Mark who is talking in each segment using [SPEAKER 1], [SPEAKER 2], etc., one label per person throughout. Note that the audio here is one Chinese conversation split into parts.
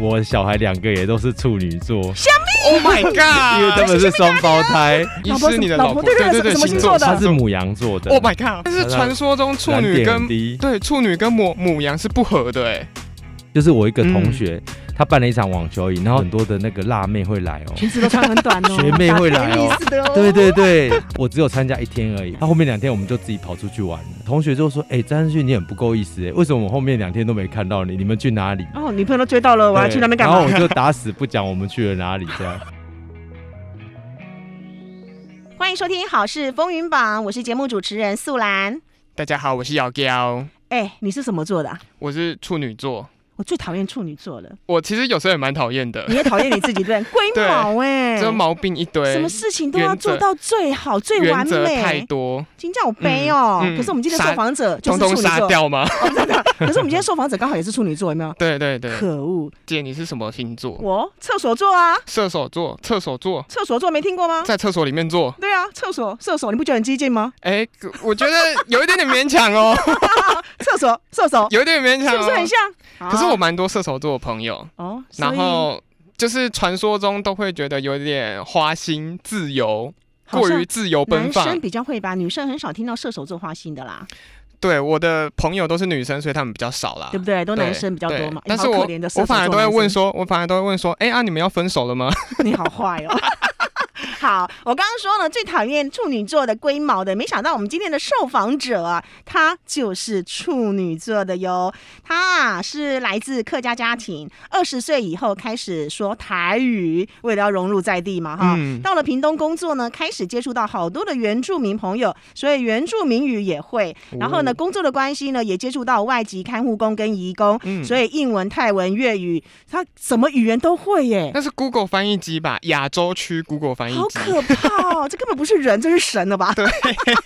[SPEAKER 1] 我小孩两个也都是处女座，因
[SPEAKER 2] ，Oh my God！
[SPEAKER 1] 为他们是双胞胎，
[SPEAKER 2] 疑似你的
[SPEAKER 3] 老
[SPEAKER 2] 老
[SPEAKER 3] 婆
[SPEAKER 2] 婆，
[SPEAKER 3] 对对
[SPEAKER 2] 对
[SPEAKER 3] 对
[SPEAKER 2] 对，
[SPEAKER 3] 什么
[SPEAKER 2] 星
[SPEAKER 3] 星座的
[SPEAKER 1] 他是母羊座的。
[SPEAKER 2] ？Oh my God！但是传说中处
[SPEAKER 1] 蓝
[SPEAKER 2] 女
[SPEAKER 1] 点很
[SPEAKER 2] 跟
[SPEAKER 1] 低，
[SPEAKER 2] 对处女跟母母羊是不合的，哎，
[SPEAKER 1] 就是我一个同学，
[SPEAKER 3] 嗯
[SPEAKER 1] 他办了一场网球椅，然后很多的那个辣妹会来哦，
[SPEAKER 3] 裙子都穿很短哦，
[SPEAKER 1] 学妹会来哦
[SPEAKER 3] 打比例似的哦
[SPEAKER 1] 对，对对，我只有参加一天而已。他后面两天我们就自己跑出去玩了。同学就说：“哎、张旭，你很不够意思哎，为什么我后面两天都没看到你？你们去哪里
[SPEAKER 3] 哦，女朋友都追到？”了，我要去那边干
[SPEAKER 1] 然后我
[SPEAKER 3] 嘛？
[SPEAKER 1] 就打死不讲我们去了哪里这样。
[SPEAKER 4] 欢迎收听《好事风云榜》，我是节目主持人素兰。
[SPEAKER 2] 大家好，我是姚娇，
[SPEAKER 3] 哎，你是什么座的啊？
[SPEAKER 2] 我是处女座，
[SPEAKER 3] 我最讨厌处女座 了，
[SPEAKER 2] 我其实有时候也蛮讨厌的
[SPEAKER 3] 你，也讨厌你自己对不对？龟毛哎，
[SPEAKER 2] 这毛病一堆
[SPEAKER 3] 什，么事情都要做到最好、最
[SPEAKER 2] 原
[SPEAKER 3] 完
[SPEAKER 2] 则太
[SPEAKER 3] 美，
[SPEAKER 2] 多，
[SPEAKER 3] 请叫我悲哦。
[SPEAKER 2] 嗯嗯
[SPEAKER 3] 可是我们今天受访者就
[SPEAKER 2] 通
[SPEAKER 3] 是处
[SPEAKER 2] 通
[SPEAKER 3] 女
[SPEAKER 2] 杀
[SPEAKER 3] 座，
[SPEAKER 2] 掉吗？
[SPEAKER 3] 可是我们今天受访者刚好也是处女座，有没 有？
[SPEAKER 2] 对对对，
[SPEAKER 3] 可恶，
[SPEAKER 2] 姐你是什么星座？
[SPEAKER 3] 我啊厕所座啊，
[SPEAKER 2] 射手座，厕所座，
[SPEAKER 3] 厕所座没听过吗？
[SPEAKER 2] 在厕所里面坐，
[SPEAKER 3] 对啊，厕所厕所，你不觉得很激进吗？
[SPEAKER 2] 哎，我觉得有一点点勉强哦，
[SPEAKER 3] 厕所厕所
[SPEAKER 2] 有一点点勉
[SPEAKER 3] 是
[SPEAKER 2] 强
[SPEAKER 3] 不是很
[SPEAKER 2] 哦。
[SPEAKER 3] 像？啊
[SPEAKER 2] 可是我蛮多射手座的朋友，
[SPEAKER 3] 哦，所以
[SPEAKER 2] 然后就是传说中都会觉得有点花心、自由，
[SPEAKER 3] 好
[SPEAKER 2] 过
[SPEAKER 3] 像
[SPEAKER 2] 于自由奔
[SPEAKER 4] 男
[SPEAKER 2] 放
[SPEAKER 4] 生。比较会吧，女生很少听到射手座花心的
[SPEAKER 2] 啊
[SPEAKER 4] 啦，
[SPEAKER 2] 对，我的朋友都是女生，所以他们比较少啦
[SPEAKER 3] 对。不对？都
[SPEAKER 2] 对
[SPEAKER 3] 男生比较多嘛。
[SPEAKER 2] 对但是
[SPEAKER 3] 哎好
[SPEAKER 2] 我
[SPEAKER 3] 可怜的射手座
[SPEAKER 2] 我反而
[SPEAKER 3] 男生
[SPEAKER 2] 都会 问 说，我反而都会问说，哎、啊，你们要分手了吗？
[SPEAKER 3] 你好坏哦。
[SPEAKER 4] 好，我刚刚说呢，最讨厌处女座的龟毛的，没想到我们今天的受访者啊，她就是处女座的哟。她啊是来自客家家庭，二十岁以后开始说台语，为了要融入在地嘛
[SPEAKER 3] 啊
[SPEAKER 4] 哈。
[SPEAKER 2] 嗯，
[SPEAKER 4] 到了屏东工作呢，开始接触到好多的原住民朋友，所以原住民语也会。然后呢，
[SPEAKER 2] 哦
[SPEAKER 4] 工作的关系呢，也接触到外籍看护工跟移工，
[SPEAKER 2] 嗯
[SPEAKER 4] 所以英文、泰文、粤语，他什么语言都会耶。
[SPEAKER 2] 那是 Google 翻译机吧？亚洲区 Google 翻译
[SPEAKER 4] 好
[SPEAKER 2] 机。
[SPEAKER 4] 可怕哦！这根本不是人，这是神了吧？对。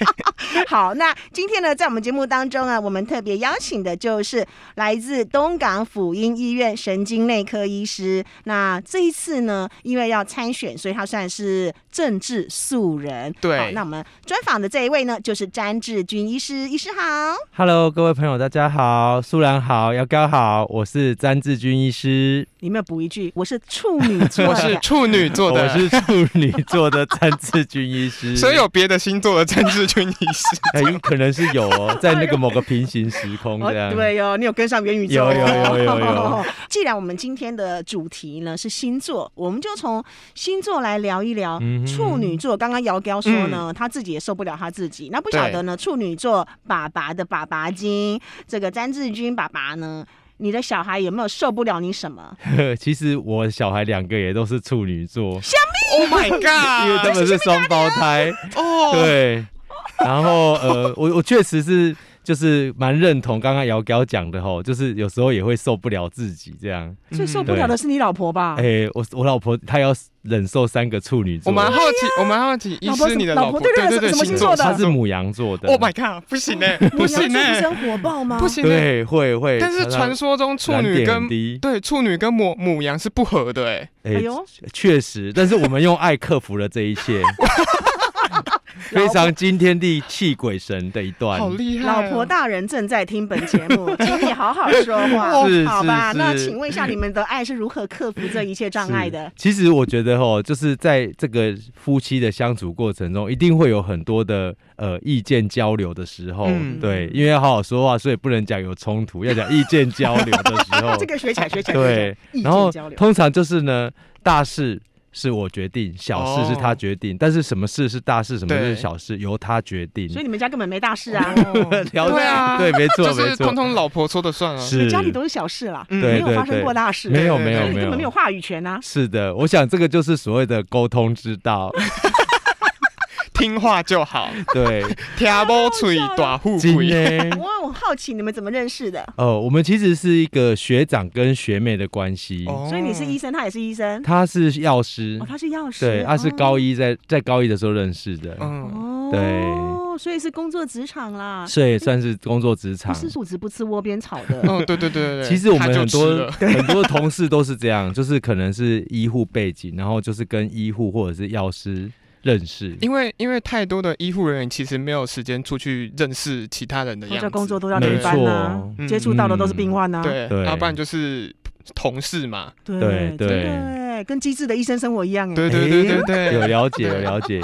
[SPEAKER 4] 好，那今天呢，在我们节目当中啊，我们特别邀请的就是来自东港辅英医院神经内科医师。那这一次呢，因为要参选，所以他算是政治素人。
[SPEAKER 2] 对
[SPEAKER 4] 好，那我们专访的这一位呢，就是詹志军医师。医师好。
[SPEAKER 1] Hello，各位朋友，大家好，素兰好，姚高好，我是詹志军医师，
[SPEAKER 4] 你有没有补一句？ 我是处女 座
[SPEAKER 2] 我是
[SPEAKER 4] 的。
[SPEAKER 2] 处女座
[SPEAKER 1] 哦我
[SPEAKER 2] 的，
[SPEAKER 1] 是处女座的詹志军医师，
[SPEAKER 2] 所以有别的星座的政 治群医师。
[SPEAKER 1] 哎、可能是有 哦，在那个某个平行时空
[SPEAKER 4] 哦
[SPEAKER 1] 这样。，
[SPEAKER 4] 对哦，你有跟上元宇宙、
[SPEAKER 1] 有
[SPEAKER 4] 哦？
[SPEAKER 1] 有有有有。
[SPEAKER 4] 既然我们今天的主题呢是星座，我们就从星座来聊一聊。
[SPEAKER 1] 嗯哼
[SPEAKER 4] 处女座，刚刚姚彪说呢，他自己也受不了他自己。那不晓得呢，处女座爸爸的爸爸经，这个詹志军爸爸呢，你的小孩有没有受不了你什么？
[SPEAKER 1] 其实我小孩两个也都是处女座，
[SPEAKER 2] Oh my
[SPEAKER 1] 因为他
[SPEAKER 2] god！
[SPEAKER 1] 们是双胞胎。
[SPEAKER 2] 哦，
[SPEAKER 1] 对，然后呃，我我确实是就是蛮认同刚刚姚彪讲的吼，就是有时候也会受不了自己这样。
[SPEAKER 3] 最受不了的是你老婆吧
[SPEAKER 1] 哎、？我我老婆她要忍受三个处女
[SPEAKER 2] 啊
[SPEAKER 1] 座，
[SPEAKER 2] 我蛮好奇，我蛮好奇，医
[SPEAKER 3] 老婆
[SPEAKER 2] 师
[SPEAKER 3] 什
[SPEAKER 2] 你的
[SPEAKER 3] 老
[SPEAKER 2] 老
[SPEAKER 3] 婆
[SPEAKER 2] 婆，
[SPEAKER 3] 对对
[SPEAKER 2] 对
[SPEAKER 3] 对
[SPEAKER 2] 对对，
[SPEAKER 3] 什么星
[SPEAKER 2] 星
[SPEAKER 3] 座的
[SPEAKER 1] 她是母羊座的。
[SPEAKER 2] ？Oh my god！不行 哎，不
[SPEAKER 3] 你
[SPEAKER 2] 行
[SPEAKER 3] 不
[SPEAKER 2] 哎
[SPEAKER 3] 是，很火爆
[SPEAKER 4] 啊
[SPEAKER 3] 吗？
[SPEAKER 2] 不行哎。
[SPEAKER 1] 对，会会。
[SPEAKER 2] 但是
[SPEAKER 1] 她
[SPEAKER 2] 传说中处
[SPEAKER 1] 蓝
[SPEAKER 2] 女
[SPEAKER 1] 点很
[SPEAKER 2] 跟
[SPEAKER 1] 低，
[SPEAKER 2] 对处女跟母母羊是不合的哎。
[SPEAKER 1] 哎、
[SPEAKER 3] 哎呦，
[SPEAKER 1] 确实，但是我们用爱克服了这一 切。非常惊天地泣鬼神的一段，
[SPEAKER 2] 好厉害哦！
[SPEAKER 4] 老婆
[SPEAKER 1] 嗯
[SPEAKER 4] 大人正在听本节 目，请你好好说话，
[SPEAKER 1] 是
[SPEAKER 4] 好吧？
[SPEAKER 1] 是
[SPEAKER 4] 那
[SPEAKER 1] 是
[SPEAKER 4] 请问一下，你们的爱是如何克服这一切障碍的，
[SPEAKER 1] 是？其实我觉得哈，就是在这个夫妻的相处过程中，一定会有很多的呃意见交流的时候，
[SPEAKER 2] 嗯
[SPEAKER 1] 对，因为要好好说话，所以不能讲有冲突，要讲意见交流的时候
[SPEAKER 4] 哦 这个学起来，学起来，学起来
[SPEAKER 1] 对。
[SPEAKER 4] 意
[SPEAKER 1] 然
[SPEAKER 4] 见
[SPEAKER 1] 后
[SPEAKER 4] 交流。
[SPEAKER 1] 通常就是呢，大事是我决定，小事是他
[SPEAKER 2] 哦
[SPEAKER 1] 决定，但是什么事是大事，什么事
[SPEAKER 2] 对
[SPEAKER 1] 是小事，由他决定。
[SPEAKER 4] 所以你们家根本没大事 啊，
[SPEAKER 2] 哦
[SPEAKER 1] 了
[SPEAKER 2] 对啊
[SPEAKER 1] 对，没错，
[SPEAKER 2] 就
[SPEAKER 1] 没
[SPEAKER 2] 是
[SPEAKER 1] 错
[SPEAKER 2] 通，通老婆说的算 啊。
[SPEAKER 1] 是
[SPEAKER 4] 家里都是小事啦，
[SPEAKER 2] 嗯
[SPEAKER 1] 对
[SPEAKER 4] 没有发生过大事，
[SPEAKER 1] 没有
[SPEAKER 2] 对
[SPEAKER 1] 没
[SPEAKER 2] 对
[SPEAKER 1] 有
[SPEAKER 4] 你
[SPEAKER 1] 没
[SPEAKER 4] 根本没有
[SPEAKER 1] 有，
[SPEAKER 4] 话语权啊。
[SPEAKER 1] 是的，我想这个就是所谓的沟通之 道，
[SPEAKER 2] 听话就好，
[SPEAKER 1] 对，
[SPEAKER 2] 听不嘴大富
[SPEAKER 1] 今
[SPEAKER 2] 贵。
[SPEAKER 1] 天
[SPEAKER 4] 哦我很好奇你们怎么认识的，
[SPEAKER 1] 哦，我们其实是一个学长跟学妹的关系。
[SPEAKER 2] 哦
[SPEAKER 4] 所以你是医生，他也是医生，
[SPEAKER 1] 他是药师，
[SPEAKER 4] 哦，他是药
[SPEAKER 1] 嗯
[SPEAKER 4] 师，哦
[SPEAKER 1] 对，他是高
[SPEAKER 4] 医，
[SPEAKER 1] 一在在高一的时候认识的，
[SPEAKER 2] 嗯，
[SPEAKER 4] 哦，
[SPEAKER 1] 对，
[SPEAKER 4] 所以是工作职场啦，
[SPEAKER 1] 所以算是工作职
[SPEAKER 4] 不
[SPEAKER 1] 场。
[SPEAKER 4] 是素质不吃窝边草的。
[SPEAKER 2] 哦，对对对对 对。
[SPEAKER 1] 其实我们
[SPEAKER 2] 他就
[SPEAKER 1] 很
[SPEAKER 2] 吃
[SPEAKER 1] 多
[SPEAKER 2] 了
[SPEAKER 1] 很多同事都是这样，就是可能是医护背景，然后就是跟医护或者是药师认识。
[SPEAKER 2] 因为因为太多的医护人员其实没有时间出去认识其他人的
[SPEAKER 4] 或
[SPEAKER 2] 样
[SPEAKER 4] 者
[SPEAKER 2] 子，
[SPEAKER 4] 工作都要
[SPEAKER 1] 没
[SPEAKER 4] 轮班
[SPEAKER 1] 错
[SPEAKER 4] 呐，
[SPEAKER 2] 嗯
[SPEAKER 4] 接触到的都是病患呐。啊
[SPEAKER 2] 对，
[SPEAKER 1] 对
[SPEAKER 2] 要不然就是同事嘛。
[SPEAKER 1] 对对
[SPEAKER 4] 欸
[SPEAKER 5] 对，跟机智的医生生活一
[SPEAKER 4] 嗯
[SPEAKER 5] 样哎。
[SPEAKER 2] 对对对对对，
[SPEAKER 1] 有了解，有了解。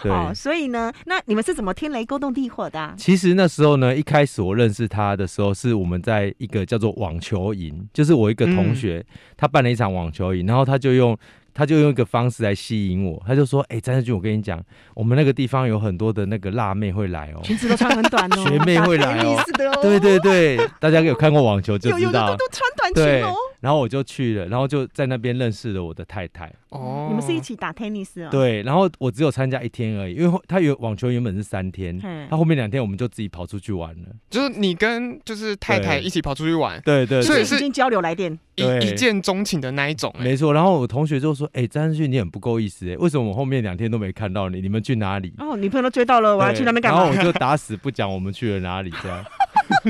[SPEAKER 1] 对，
[SPEAKER 4] 哦，所以呢，那你们是怎么天雷勾动地火的啊、
[SPEAKER 1] 其实那时候呢，一开始我认识他的时候，是我们在一个叫做网球营，就是我一个同学，
[SPEAKER 2] 嗯
[SPEAKER 1] 他办了一场网球营，然后他就用他就用一个方式来吸引我，他就说：“哎、张志军，我跟你讲，我们那个地方有很多的那个辣妹会来哦，
[SPEAKER 5] 裙子都穿很短哦，
[SPEAKER 1] 学妹会来哦。
[SPEAKER 4] 是的哦”
[SPEAKER 1] 对对对，大家有看过网球就
[SPEAKER 5] 有有
[SPEAKER 1] 知
[SPEAKER 5] 的
[SPEAKER 1] 道
[SPEAKER 5] 都，都穿短
[SPEAKER 1] 对
[SPEAKER 5] 裙哦。。
[SPEAKER 1] 然后我就去了，然后就在那边认识了我的太太。
[SPEAKER 2] 哦，
[SPEAKER 4] 你们是一起打 tennis
[SPEAKER 5] 嗯
[SPEAKER 4] 哦？，
[SPEAKER 1] 对，然后我只有参加一天而已，因为他原网球原本是三天，
[SPEAKER 4] 嗯
[SPEAKER 1] 他后面两天我们就自己跑出去玩了。
[SPEAKER 2] 就是你跟就是太太
[SPEAKER 1] 对
[SPEAKER 2] 一起跑出去玩，
[SPEAKER 1] 对对
[SPEAKER 2] 所
[SPEAKER 1] 对
[SPEAKER 2] 以
[SPEAKER 5] 已
[SPEAKER 2] 是
[SPEAKER 5] 经交流来电，
[SPEAKER 2] 一
[SPEAKER 1] 对
[SPEAKER 2] 一见钟情的那一种、欸。
[SPEAKER 1] 没错，然后我同学就说：“哎、张旭，你很不够意思哎，为什么我后面两天都没看到你？你们去哪里？”
[SPEAKER 5] 哦，女朋友都追到了，我要
[SPEAKER 1] 对
[SPEAKER 5] 去那边干
[SPEAKER 1] 然后
[SPEAKER 5] 嘛？
[SPEAKER 1] 我就打死不讲我们去了哪里，这样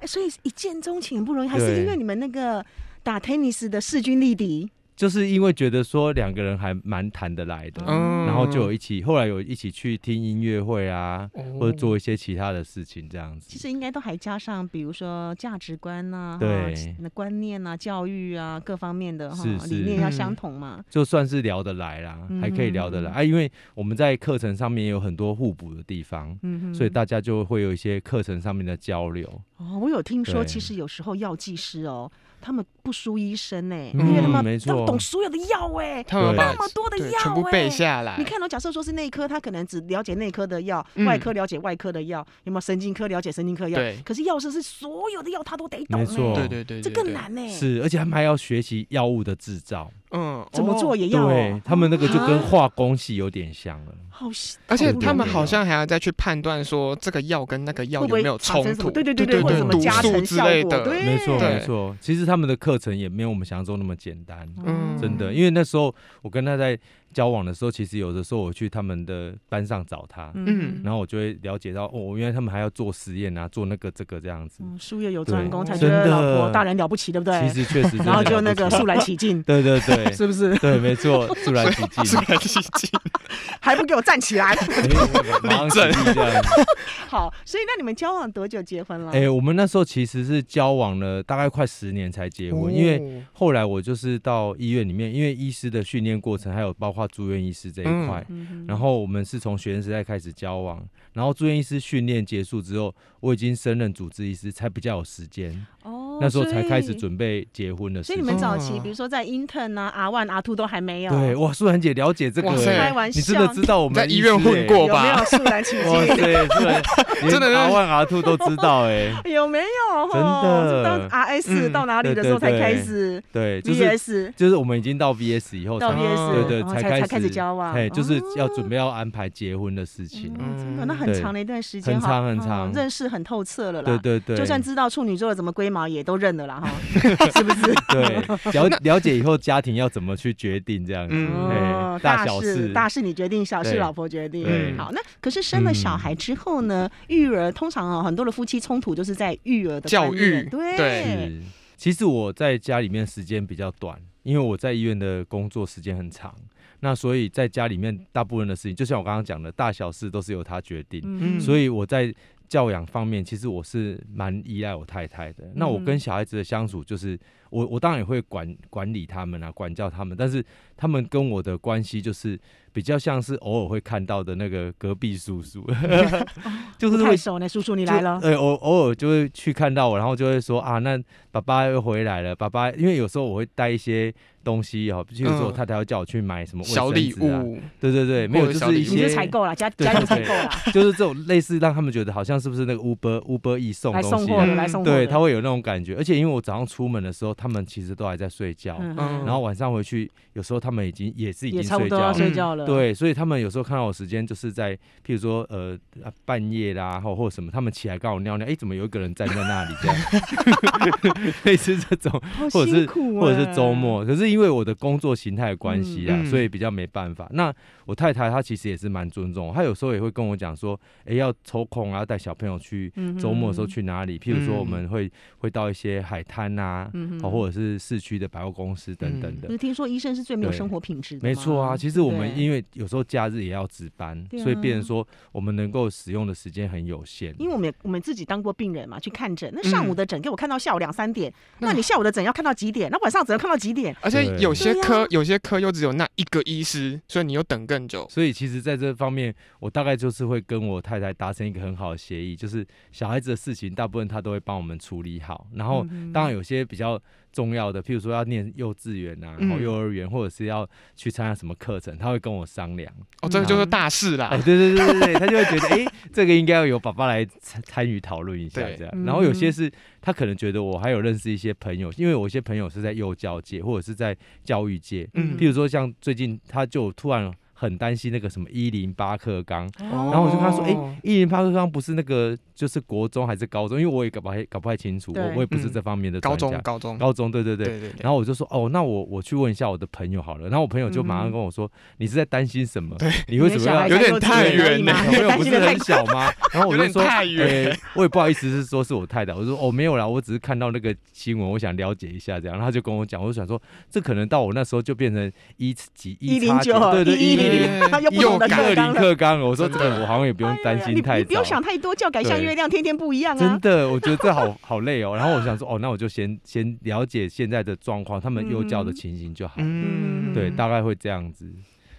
[SPEAKER 4] 哎所以一见钟情不容易，还是
[SPEAKER 1] 对
[SPEAKER 4] 因为你们那个打 tennis 的势均力敌，
[SPEAKER 1] 就是因为觉得说两个人还蛮谈得来的，
[SPEAKER 2] 嗯
[SPEAKER 1] 然后就有一起，后来有一起去听音乐会啊，或者做一些其他的事情这样
[SPEAKER 4] 其
[SPEAKER 1] 子。
[SPEAKER 4] 实应该都还加上，比如说价值观啊呐、哈
[SPEAKER 1] 对
[SPEAKER 4] 那观念啊、教育啊各方面的哈
[SPEAKER 1] 是是
[SPEAKER 4] 理念要
[SPEAKER 2] 嗯
[SPEAKER 4] 相同嘛。
[SPEAKER 1] 就算是聊得来啦，还可以聊得来、
[SPEAKER 4] 嗯
[SPEAKER 1] 啊，因为我们在课程上面也有很多互补的地方，
[SPEAKER 4] 嗯哼
[SPEAKER 1] 所以大家就会有一些课程上面的交流。
[SPEAKER 4] 哦，我有听说，
[SPEAKER 1] 对
[SPEAKER 4] 其实有时候药剂师哦，他们不输医生呢、欸
[SPEAKER 1] 嗯
[SPEAKER 4] 因为他们
[SPEAKER 1] 没
[SPEAKER 4] 他
[SPEAKER 1] 错
[SPEAKER 4] 们懂所有的药哎、
[SPEAKER 2] 他们
[SPEAKER 1] 对
[SPEAKER 2] 把
[SPEAKER 4] 那么多的
[SPEAKER 2] 对
[SPEAKER 4] 药
[SPEAKER 2] 全部背
[SPEAKER 4] 欸
[SPEAKER 2] 下来。
[SPEAKER 4] 你看哦，假设说是内科，他可能只了解内科的药，
[SPEAKER 2] 嗯
[SPEAKER 4] 外科了解外科的药，有没有神经科了解神经科药？
[SPEAKER 2] 对
[SPEAKER 4] 可是药师是所有的药他都得懂、
[SPEAKER 1] 没
[SPEAKER 4] 欸，
[SPEAKER 1] 错
[SPEAKER 2] 对对对，
[SPEAKER 4] 这
[SPEAKER 2] 对
[SPEAKER 4] 更
[SPEAKER 2] 对
[SPEAKER 4] 难欸呢、
[SPEAKER 1] 是，而且他们还要学习药物的制造。
[SPEAKER 2] 嗯，
[SPEAKER 4] 怎么
[SPEAKER 2] 哦
[SPEAKER 4] 做也要、嗯
[SPEAKER 1] 对
[SPEAKER 4] 哦，
[SPEAKER 1] 他们那个就跟
[SPEAKER 2] 啊
[SPEAKER 1] 化工系有点像了。
[SPEAKER 4] 好细，
[SPEAKER 2] 而且
[SPEAKER 1] 痛苦
[SPEAKER 2] 他们
[SPEAKER 1] 的
[SPEAKER 2] 好
[SPEAKER 1] 药
[SPEAKER 2] 像还要再去判断说这个药跟那个药
[SPEAKER 4] 会
[SPEAKER 2] 有
[SPEAKER 4] 不会
[SPEAKER 2] 没有
[SPEAKER 4] 产
[SPEAKER 2] 冲
[SPEAKER 4] 生什
[SPEAKER 2] 突，
[SPEAKER 4] 么对对
[SPEAKER 2] 对
[SPEAKER 4] 对
[SPEAKER 1] 对或者什么
[SPEAKER 2] 毒
[SPEAKER 1] 加
[SPEAKER 2] 素
[SPEAKER 4] 成
[SPEAKER 2] 之
[SPEAKER 4] 效
[SPEAKER 2] 类
[SPEAKER 4] 果
[SPEAKER 2] 的，
[SPEAKER 4] 对
[SPEAKER 1] 没错
[SPEAKER 2] 对
[SPEAKER 1] 没错，其实他们的课程也没有我们想象中那么简单，
[SPEAKER 4] 哦
[SPEAKER 2] 嗯
[SPEAKER 1] 真的。因为那时候我跟他在交往的时候，其实有的时候我去他们的班上找他，
[SPEAKER 2] 嗯
[SPEAKER 1] 然后我就会了解到哦，原来他们还要做实验啊，做那个这个这样子。
[SPEAKER 5] 嗯，术业有专攻，
[SPEAKER 2] 对
[SPEAKER 5] 才觉得
[SPEAKER 1] 真的
[SPEAKER 5] 老婆大人了不起，对不对
[SPEAKER 1] 其？实确实真的了不起，，
[SPEAKER 5] 然后就那个肃然起敬
[SPEAKER 1] 对对 对
[SPEAKER 5] 是不是？
[SPEAKER 1] 对，没错，肃然起敬，
[SPEAKER 2] 是很激进。
[SPEAKER 5] 还不给我站起来？
[SPEAKER 1] 马上起立这样子。
[SPEAKER 4] 好，所以那你们交往多久结婚了？
[SPEAKER 1] 哎、我们那时候其实是交往了大概快十年才结
[SPEAKER 4] 哦
[SPEAKER 1] 婚， 因为
[SPEAKER 2] 为
[SPEAKER 1] 后来我就是到医院里面，因为医师的训练过程，还有包括住院医师这一块。
[SPEAKER 4] 嗯
[SPEAKER 1] 然后我们是从学生时代开始交往，然后住院医师训练结束之后，我已经升任主治医师，才比较有时间，
[SPEAKER 4] 哼哦
[SPEAKER 1] 那时候才开始
[SPEAKER 4] 所以
[SPEAKER 1] 准备结婚的事
[SPEAKER 4] 所
[SPEAKER 1] 情。哦
[SPEAKER 4] 以你们早期，
[SPEAKER 2] 哦
[SPEAKER 4] 比如说在 intern 啊、R one、R two 都还没有。
[SPEAKER 1] 对，
[SPEAKER 4] 我
[SPEAKER 1] 哇，素然姐了解这个、
[SPEAKER 2] 哇塞
[SPEAKER 1] 欸
[SPEAKER 4] 开玩笑
[SPEAKER 1] 你真的知道我们
[SPEAKER 2] 在医院
[SPEAKER 1] 医师欸
[SPEAKER 2] 混过
[SPEAKER 5] 有没
[SPEAKER 2] 吧
[SPEAKER 5] 有肃然起
[SPEAKER 1] 哇
[SPEAKER 5] 敬？
[SPEAKER 1] 塞，素然
[SPEAKER 2] 真的是
[SPEAKER 1] 阿万阿兔都知道哎、
[SPEAKER 4] 有没有吼？
[SPEAKER 1] 真的
[SPEAKER 4] 是到 RS
[SPEAKER 2] 嗯
[SPEAKER 4] 到哪里的时候才
[SPEAKER 1] 对对对
[SPEAKER 4] 开始
[SPEAKER 1] 对，就是
[SPEAKER 4] ？VS
[SPEAKER 1] 就是我们已经到 VS 以后才
[SPEAKER 4] 到
[SPEAKER 2] 哦
[SPEAKER 1] 对
[SPEAKER 4] VS，
[SPEAKER 1] 对
[SPEAKER 4] 然后
[SPEAKER 1] 才
[SPEAKER 4] 才
[SPEAKER 1] 开
[SPEAKER 4] 才开始
[SPEAKER 1] 始
[SPEAKER 4] 交往。
[SPEAKER 1] 嘿，就是要
[SPEAKER 4] 哦
[SPEAKER 1] 准备要安排结婚的事情。
[SPEAKER 4] 嗯真的，那很
[SPEAKER 1] 对
[SPEAKER 4] 长的一段时间
[SPEAKER 1] 很
[SPEAKER 4] 哈，
[SPEAKER 1] 长很
[SPEAKER 4] 哦
[SPEAKER 1] 长
[SPEAKER 4] 认识很透彻了啦。
[SPEAKER 1] 对对对，
[SPEAKER 4] 就算知道处女座怎么龟毛，也都认了啦 哈， 是不是？
[SPEAKER 1] 对了了解以后，家庭要怎么去决定这样子，
[SPEAKER 2] 嗯
[SPEAKER 1] 哎
[SPEAKER 4] 哦，
[SPEAKER 1] 大
[SPEAKER 4] 大
[SPEAKER 1] 小
[SPEAKER 4] 事
[SPEAKER 1] 事
[SPEAKER 4] 大事你决定，小事
[SPEAKER 1] 对
[SPEAKER 4] 老婆决定。
[SPEAKER 1] 对嗯
[SPEAKER 4] 好，那可是生了小孩之后呢，育儿通常啊，很多的夫妻冲突就是在育儿的
[SPEAKER 2] 教
[SPEAKER 4] 观念
[SPEAKER 2] 育
[SPEAKER 4] 对
[SPEAKER 2] 对
[SPEAKER 1] 是。其实我在家里面时间比较短，因为我在医院的工作时间很长，那所以在家里面大部分的事情，就像我刚刚讲的，大小事都是由他决定。
[SPEAKER 2] 嗯
[SPEAKER 1] 所以我在教养方面，其实我是蛮依赖我太太的。那我
[SPEAKER 5] 嗯
[SPEAKER 1] 跟小孩子的相处，就是我我当然也会管管理他们啊，管教他们，但是他们跟我的关系就是比较像是偶尔会看到的那个隔壁叔 叔，就
[SPEAKER 5] 不
[SPEAKER 1] 是
[SPEAKER 5] 太
[SPEAKER 1] 会。
[SPEAKER 5] 熟呢，叔叔你来了
[SPEAKER 1] 就，呃，偶偶尔就会去看到我，然后就会说啊，那爸爸又回来了，爸爸，因为有时候我会带一些东西哦，譬如说我
[SPEAKER 2] 嗯
[SPEAKER 1] 太太要叫我去买什么卫
[SPEAKER 2] 哦小礼
[SPEAKER 1] 生纸啊，
[SPEAKER 2] 物，
[SPEAKER 1] 对对对，没有
[SPEAKER 2] 或者
[SPEAKER 1] 就
[SPEAKER 2] 小
[SPEAKER 1] 是一
[SPEAKER 2] 礼物
[SPEAKER 1] 些
[SPEAKER 5] 你是采购啦，家
[SPEAKER 1] 对
[SPEAKER 5] 家用
[SPEAKER 1] 对
[SPEAKER 5] 采
[SPEAKER 1] 对
[SPEAKER 5] 购啦，
[SPEAKER 1] 就是这种类似让他们觉得好像是不是那个 Uber Uber 易送
[SPEAKER 5] 来
[SPEAKER 1] 东
[SPEAKER 5] 送
[SPEAKER 1] 西
[SPEAKER 5] 货
[SPEAKER 1] 啊，
[SPEAKER 5] 的，来嗯送货的。
[SPEAKER 1] 对，他会有那种感觉。而且因为我早上出门的时候，他们其实都还在睡觉，
[SPEAKER 5] 嗯
[SPEAKER 2] 嗯
[SPEAKER 1] 然后晚上回去，有时候他们已经也是已
[SPEAKER 5] 也
[SPEAKER 1] 经
[SPEAKER 5] 差不
[SPEAKER 1] 睡
[SPEAKER 5] 多
[SPEAKER 1] 觉
[SPEAKER 5] 要
[SPEAKER 1] 了。
[SPEAKER 5] 睡觉了。，
[SPEAKER 1] 对，所以他们有时候看到我时间就是在，譬如说呃啊半夜啦，或或什么，他们起来刚好尿尿，哎、怎么有一个人站在那里这样？ 类似这种，
[SPEAKER 4] 好
[SPEAKER 1] 或者是
[SPEAKER 4] 辛苦
[SPEAKER 1] 或者是周
[SPEAKER 4] 哎。
[SPEAKER 1] 末。可是因为我的工作形态的关系啊，
[SPEAKER 2] 嗯嗯
[SPEAKER 1] 所以比较没办法。那我太太她其实也是蛮尊重我，她有时候也会跟我讲说，哎、要抽空啊，带小朋友去
[SPEAKER 4] 嗯
[SPEAKER 1] 周末的时候去哪里？譬如说我们会会到一些海滩啊，
[SPEAKER 4] 嗯
[SPEAKER 1] 哦或者是市区的百货公司等等的
[SPEAKER 4] 不。是听说医生是最没有生活品质的吗
[SPEAKER 1] 没错啊，其实我们
[SPEAKER 4] 对
[SPEAKER 1] 因为为有时候假日也要值班，
[SPEAKER 6] 对啊
[SPEAKER 1] 所以变成说我们能够使用的时间很有限。
[SPEAKER 4] 因为我们也我们自己当过病人嘛，去看诊，那上午
[SPEAKER 2] 嗯
[SPEAKER 4] 的诊给我看到下午两三点，
[SPEAKER 2] 那
[SPEAKER 4] 那你下午的诊要看到几点？那晚上只能看到几点？
[SPEAKER 2] 而且
[SPEAKER 1] 对
[SPEAKER 2] 有些
[SPEAKER 4] 对啊
[SPEAKER 2] 科、有些科又只有那一个医师，所以你又等更久。
[SPEAKER 1] 所以其实在这方面，我大概就是会跟我太太达成一个很好的协议，就是小孩子的事情大部分她都会帮我们处理好。然
[SPEAKER 2] 嗯
[SPEAKER 1] 后当
[SPEAKER 4] 哦
[SPEAKER 1] 然有些比较重要的，譬如说要念幼稚园啊，然后
[SPEAKER 2] 嗯
[SPEAKER 1] 幼儿园，或者是要去参加什么课程，她会跟我商量。
[SPEAKER 2] 哦，这个就是大事啦。
[SPEAKER 1] 嗯哎，对对对对对，他就会觉得，哎、这个应该要由爸爸来参参与讨论一下
[SPEAKER 2] 对
[SPEAKER 1] 这
[SPEAKER 4] 嗯
[SPEAKER 1] 样。然后有些是他可能觉得我还有认识一些朋友，因为我一些朋友是在幼教界或者是在教育界，
[SPEAKER 2] 嗯
[SPEAKER 1] 譬如说像最近他就突然很担心那个什么一零八课纲。
[SPEAKER 2] 然
[SPEAKER 1] 然后我就跟他说：“哎、
[SPEAKER 2] 哦
[SPEAKER 1] 一零八课纲不是那个，就是国中还是高中？因为我也搞不太搞不太清楚，我
[SPEAKER 4] 对
[SPEAKER 1] 我也不是
[SPEAKER 2] 嗯
[SPEAKER 1] 这方面的
[SPEAKER 2] 高
[SPEAKER 1] 专
[SPEAKER 2] 中
[SPEAKER 1] 家。
[SPEAKER 2] 高中，
[SPEAKER 1] 高中，对对对。
[SPEAKER 2] 对对对，
[SPEAKER 1] 然后我就说，哦，那我我去问一下我的朋友好了。然后我朋友就马上跟我说，你是在担心什么？你为什么要
[SPEAKER 2] 有点太远了
[SPEAKER 4] 了
[SPEAKER 1] 小朋友不是很小吗？然后我就
[SPEAKER 2] 有点
[SPEAKER 1] 说，
[SPEAKER 2] 太 远。
[SPEAKER 1] 哎 我也不好意思是说是我太太，我就说哦没有啦，我只是看到那个新闻，我想了解一下这样。然后他就跟我讲，我就想说，这可能到我那时候就变成一几
[SPEAKER 4] 一
[SPEAKER 1] 一
[SPEAKER 4] 零九
[SPEAKER 1] 对对
[SPEAKER 4] 一
[SPEAKER 1] 一
[SPEAKER 4] 零
[SPEAKER 1] 零零。
[SPEAKER 4] 零，又不同的
[SPEAKER 2] 又改
[SPEAKER 4] 课
[SPEAKER 1] 二零
[SPEAKER 4] 纲了。哎
[SPEAKER 1] 克刚，我说
[SPEAKER 2] 真
[SPEAKER 1] 这
[SPEAKER 2] 的
[SPEAKER 1] 个我好像也不用担
[SPEAKER 4] 你
[SPEAKER 1] 心太
[SPEAKER 4] 你不
[SPEAKER 1] 早
[SPEAKER 4] 用，想太多，教改像
[SPEAKER 1] 对
[SPEAKER 4] 月亮，天天不一样啊
[SPEAKER 1] 真。的，我觉得这好 好累哦。然后我想说，哦，那我就先先了解现在的状况，他们幼教的
[SPEAKER 4] 嗯
[SPEAKER 1] 情形就好。
[SPEAKER 2] 嗯，
[SPEAKER 1] 对，大概会这样子。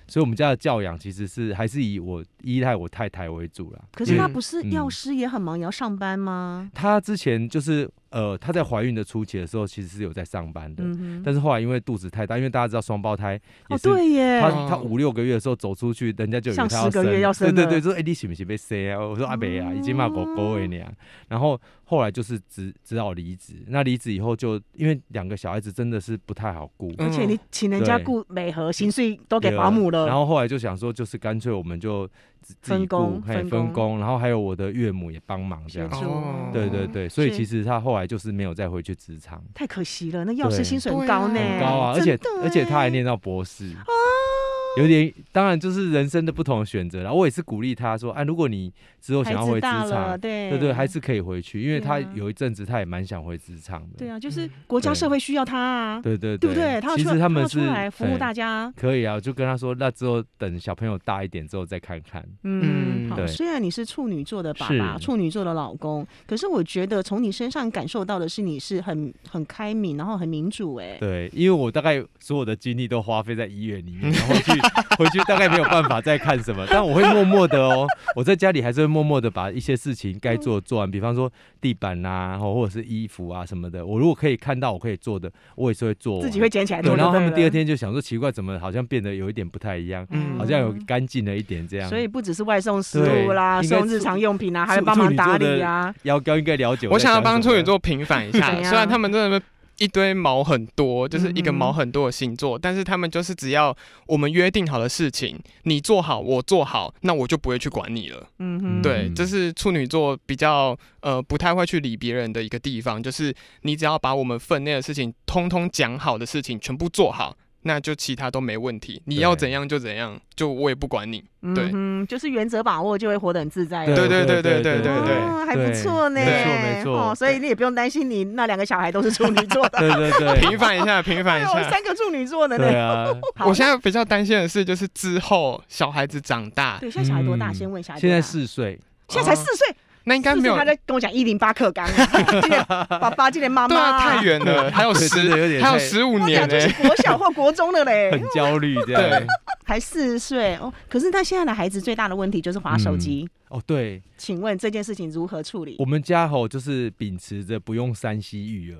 [SPEAKER 1] 所以，我们家的教养其实是还是以我依赖我太太为主啦。
[SPEAKER 4] 可是他
[SPEAKER 2] 嗯
[SPEAKER 4] 不是
[SPEAKER 1] 嗯
[SPEAKER 4] 药师也很忙，也要上班吗？
[SPEAKER 1] 她之前就是呃，她在怀孕的初期的时候，其实是有在上班的，
[SPEAKER 4] 嗯哼，
[SPEAKER 1] 但是后来因为肚子太大，因为大家知道双胞胎也
[SPEAKER 4] 哦
[SPEAKER 1] 是。
[SPEAKER 4] 对耶
[SPEAKER 1] 她，
[SPEAKER 2] 哦
[SPEAKER 1] 她五六个月的时候走出去，人家就以为
[SPEAKER 4] 像
[SPEAKER 1] 她要
[SPEAKER 4] 10个月要生哦
[SPEAKER 1] 对
[SPEAKER 4] 了
[SPEAKER 1] 对对，就说哎、你是不是被生啊？我说阿北啊，已经骂狗狗了你啊。然后后来就是只只好离职。那离职以后就因为两个小孩子真的是不太好顾，
[SPEAKER 2] 嗯
[SPEAKER 4] 而且你请人家
[SPEAKER 1] 对
[SPEAKER 4] 雇美和，薪水都给
[SPEAKER 1] 对
[SPEAKER 4] 保姆
[SPEAKER 1] 然
[SPEAKER 4] 了，
[SPEAKER 1] 后后来就想说，就是干脆我们就自自己
[SPEAKER 4] 分工
[SPEAKER 1] 顾嘿
[SPEAKER 4] 分
[SPEAKER 1] 分
[SPEAKER 4] 工
[SPEAKER 1] 工，然后还有我的岳母也帮忙这样
[SPEAKER 4] 协。助
[SPEAKER 2] 哦
[SPEAKER 1] 对对对，所以
[SPEAKER 4] 是
[SPEAKER 1] 其实他后来就是没有再回去职场，
[SPEAKER 4] 太可惜了。那药师
[SPEAKER 1] 对
[SPEAKER 4] 薪水
[SPEAKER 2] 对
[SPEAKER 4] 很
[SPEAKER 2] 啊
[SPEAKER 4] 高呢，
[SPEAKER 1] 很高啊，而
[SPEAKER 4] 真
[SPEAKER 1] 且
[SPEAKER 4] 的欸啊
[SPEAKER 1] 而且他还
[SPEAKER 4] 耶
[SPEAKER 1] 念到博士，有点当然就是人生的不同的选择啦。我也是鼓励他说，啊，如果你之后想要
[SPEAKER 4] 孩
[SPEAKER 1] 回
[SPEAKER 4] 子
[SPEAKER 1] 职
[SPEAKER 4] 大了，
[SPEAKER 1] 场，
[SPEAKER 4] 对
[SPEAKER 1] 对对，还是可以回去，因为
[SPEAKER 4] 对
[SPEAKER 1] 他
[SPEAKER 4] 啊
[SPEAKER 1] 有一阵子他也蛮想回职场的。
[SPEAKER 4] 对啊，就是
[SPEAKER 2] 嗯
[SPEAKER 4] 国家
[SPEAKER 1] 对
[SPEAKER 4] 社会需要他啊，
[SPEAKER 1] 对对
[SPEAKER 4] 对不对？他要
[SPEAKER 1] 其
[SPEAKER 4] 出来
[SPEAKER 1] 实他
[SPEAKER 4] 要
[SPEAKER 1] 们
[SPEAKER 4] 出
[SPEAKER 1] 是
[SPEAKER 4] 来服务
[SPEAKER 1] 对
[SPEAKER 4] 大家，
[SPEAKER 1] 可以啊，我就跟他说，那之后等小朋友大一点之后再看看。
[SPEAKER 4] 嗯，
[SPEAKER 2] 嗯
[SPEAKER 4] 好。
[SPEAKER 1] 对
[SPEAKER 4] 虽然你是处女座的爸爸，
[SPEAKER 1] 是
[SPEAKER 4] 处女座的老公，可是我觉得从你身上感受到的是你是很很开明，然后很民主、哎，
[SPEAKER 1] 对，因为我大概所有的精力都花费在医院里面，然后去回去大概没有办法再看什么，但我会默默的哦，我在家里还是会默默的把一些事情该做的做完，比方说地板啊，然后或者是衣服啊什么的，我如果可以看到我可以做的，我也是会做完
[SPEAKER 4] 自己会捡起来做
[SPEAKER 1] 对，
[SPEAKER 4] 就
[SPEAKER 1] 然后他
[SPEAKER 4] 对
[SPEAKER 1] 们第二
[SPEAKER 4] 了
[SPEAKER 1] 天就想说奇怪，怎么好像变得有一点不太一样，
[SPEAKER 2] 嗯
[SPEAKER 1] 好像有干净了一点这样。
[SPEAKER 4] 所以不只是外送食
[SPEAKER 1] 对
[SPEAKER 4] 物啦，
[SPEAKER 1] 应该
[SPEAKER 4] 送
[SPEAKER 1] 处
[SPEAKER 4] 日常用品啊，还会
[SPEAKER 1] 处
[SPEAKER 4] 帮忙
[SPEAKER 1] 处女
[SPEAKER 4] 打
[SPEAKER 1] 座的
[SPEAKER 4] 理啊。
[SPEAKER 1] 要要应该了解
[SPEAKER 2] 我
[SPEAKER 1] 在
[SPEAKER 2] 想要
[SPEAKER 1] 想
[SPEAKER 2] 帮
[SPEAKER 1] 什
[SPEAKER 2] 处女
[SPEAKER 1] 么
[SPEAKER 2] 座平反一
[SPEAKER 4] 怎
[SPEAKER 2] 下，
[SPEAKER 4] 样
[SPEAKER 2] 虽然他们真的是一堆毛很多，就是一个
[SPEAKER 4] 嗯哼
[SPEAKER 2] 毛很多的星座，但是他们就是只要我们约定好的事情，你做好，我做好，那我就不会去管你了。
[SPEAKER 4] 嗯哼，
[SPEAKER 2] 对，
[SPEAKER 1] 嗯
[SPEAKER 2] 这是处女座比较呃不太会去理别人的一个地方，就是你只要把我们分内的事情通通讲好的事情全部做好，那就其他都没问题。你要
[SPEAKER 1] 对
[SPEAKER 2] 怎样就怎样，就我也不管你。
[SPEAKER 4] 嗯哼，就是原则把握就会活得很自在了。
[SPEAKER 2] 对对对对对对
[SPEAKER 4] 哦，还不
[SPEAKER 1] 对
[SPEAKER 4] 错呢，
[SPEAKER 1] 没错没错
[SPEAKER 4] 哦，所以你也不用担心，你那两个小孩都是处女座 的，
[SPEAKER 1] 对对对，
[SPEAKER 2] 平反一 下，平反一
[SPEAKER 4] 有
[SPEAKER 2] 下。
[SPEAKER 4] 三个处女座的
[SPEAKER 1] 对
[SPEAKER 4] 呢。哦
[SPEAKER 1] 啊，
[SPEAKER 4] 好
[SPEAKER 2] 我现在比较担心的是，就是之后小孩子长大，
[SPEAKER 4] 对，现在小孩多大？
[SPEAKER 1] 嗯
[SPEAKER 4] 先问一下。啊
[SPEAKER 1] 现在，四岁，
[SPEAKER 4] 现在才
[SPEAKER 2] 哦
[SPEAKER 4] 四岁，
[SPEAKER 2] 那应该没有
[SPEAKER 4] 他在跟我讲一零八课纲 啊，今天爸爸，今天妈
[SPEAKER 2] 对
[SPEAKER 4] 妈
[SPEAKER 2] 啊，太。远了，还有
[SPEAKER 1] 对真的有
[SPEAKER 2] 十，
[SPEAKER 1] 点
[SPEAKER 2] 还有
[SPEAKER 1] 太
[SPEAKER 2] 十五
[SPEAKER 4] 我
[SPEAKER 2] 年
[SPEAKER 4] 讲
[SPEAKER 2] 呢、
[SPEAKER 4] 就是国小或国中的 嘞
[SPEAKER 1] 很，焦虑这
[SPEAKER 2] 对
[SPEAKER 1] 样。
[SPEAKER 4] 才四岁哦。可是他现在的孩子最大的问题就是划手机，
[SPEAKER 1] 哦，对，
[SPEAKER 4] 请问这件事情如何处理
[SPEAKER 1] 我？们家吼就是秉持着不用三 C 育儿，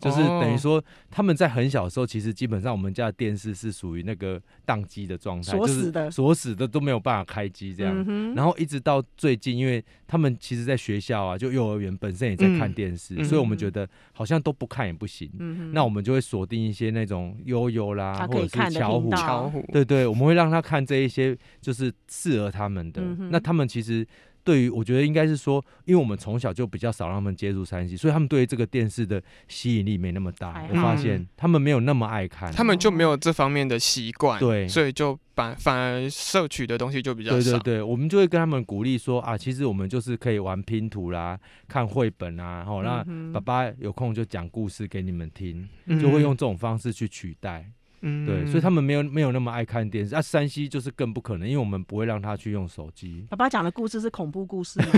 [SPEAKER 1] 就是
[SPEAKER 2] 哦
[SPEAKER 1] 等于说他们在很小的时候，其实基本上我们家的电视是属于那个宕机的状态，
[SPEAKER 4] 锁死
[SPEAKER 1] 就
[SPEAKER 4] 的
[SPEAKER 1] 是锁死的都没有办法开机这样。
[SPEAKER 4] 嗯哼，
[SPEAKER 1] 然后一直到最近，因为他们其实，在学校啊，就幼儿园本身也在看
[SPEAKER 2] 嗯
[SPEAKER 1] 电视，
[SPEAKER 2] 嗯
[SPEAKER 1] 所以我们觉得好像都不看也不行。
[SPEAKER 4] 嗯哼
[SPEAKER 1] 那我们就会锁定一些那种悠悠啦
[SPEAKER 4] 他，可
[SPEAKER 1] 或
[SPEAKER 4] 以
[SPEAKER 1] 者
[SPEAKER 4] 看
[SPEAKER 1] 是
[SPEAKER 4] 的
[SPEAKER 1] 巧
[SPEAKER 4] 频
[SPEAKER 1] 虎
[SPEAKER 4] 道
[SPEAKER 2] 巧虎，
[SPEAKER 1] 对对，我们会让他看这一些就是适合他们的。
[SPEAKER 4] 嗯哼
[SPEAKER 1] 那他们其实对于我觉得应该是说，因为我们从小就比较少让他们接触三 C，所以他们对于这个电视的吸引力没那么大
[SPEAKER 4] 还。
[SPEAKER 1] 我发
[SPEAKER 2] 好
[SPEAKER 1] 现
[SPEAKER 2] 嗯
[SPEAKER 1] 他们没有那么爱看。
[SPEAKER 2] 他们就没有这方面的习惯，
[SPEAKER 1] 对
[SPEAKER 2] 所以就反反而摄取的东西就比较
[SPEAKER 1] 对
[SPEAKER 2] 少
[SPEAKER 1] 对。对，我们就会跟他们鼓励说啊，其实我们就是可以玩拼图啦，看绘本啊，好、那
[SPEAKER 4] 嗯哼嗯
[SPEAKER 1] 爸爸有空就讲故事给你们听，
[SPEAKER 2] 对
[SPEAKER 1] 就会用这种方式去取代。
[SPEAKER 2] 嗯
[SPEAKER 1] 对，所以他们没有没有那么爱看电视。那山西就是更不可能，因为我们不会让他去用手机。
[SPEAKER 4] 爸爸讲的故事是恐怖故事 吗？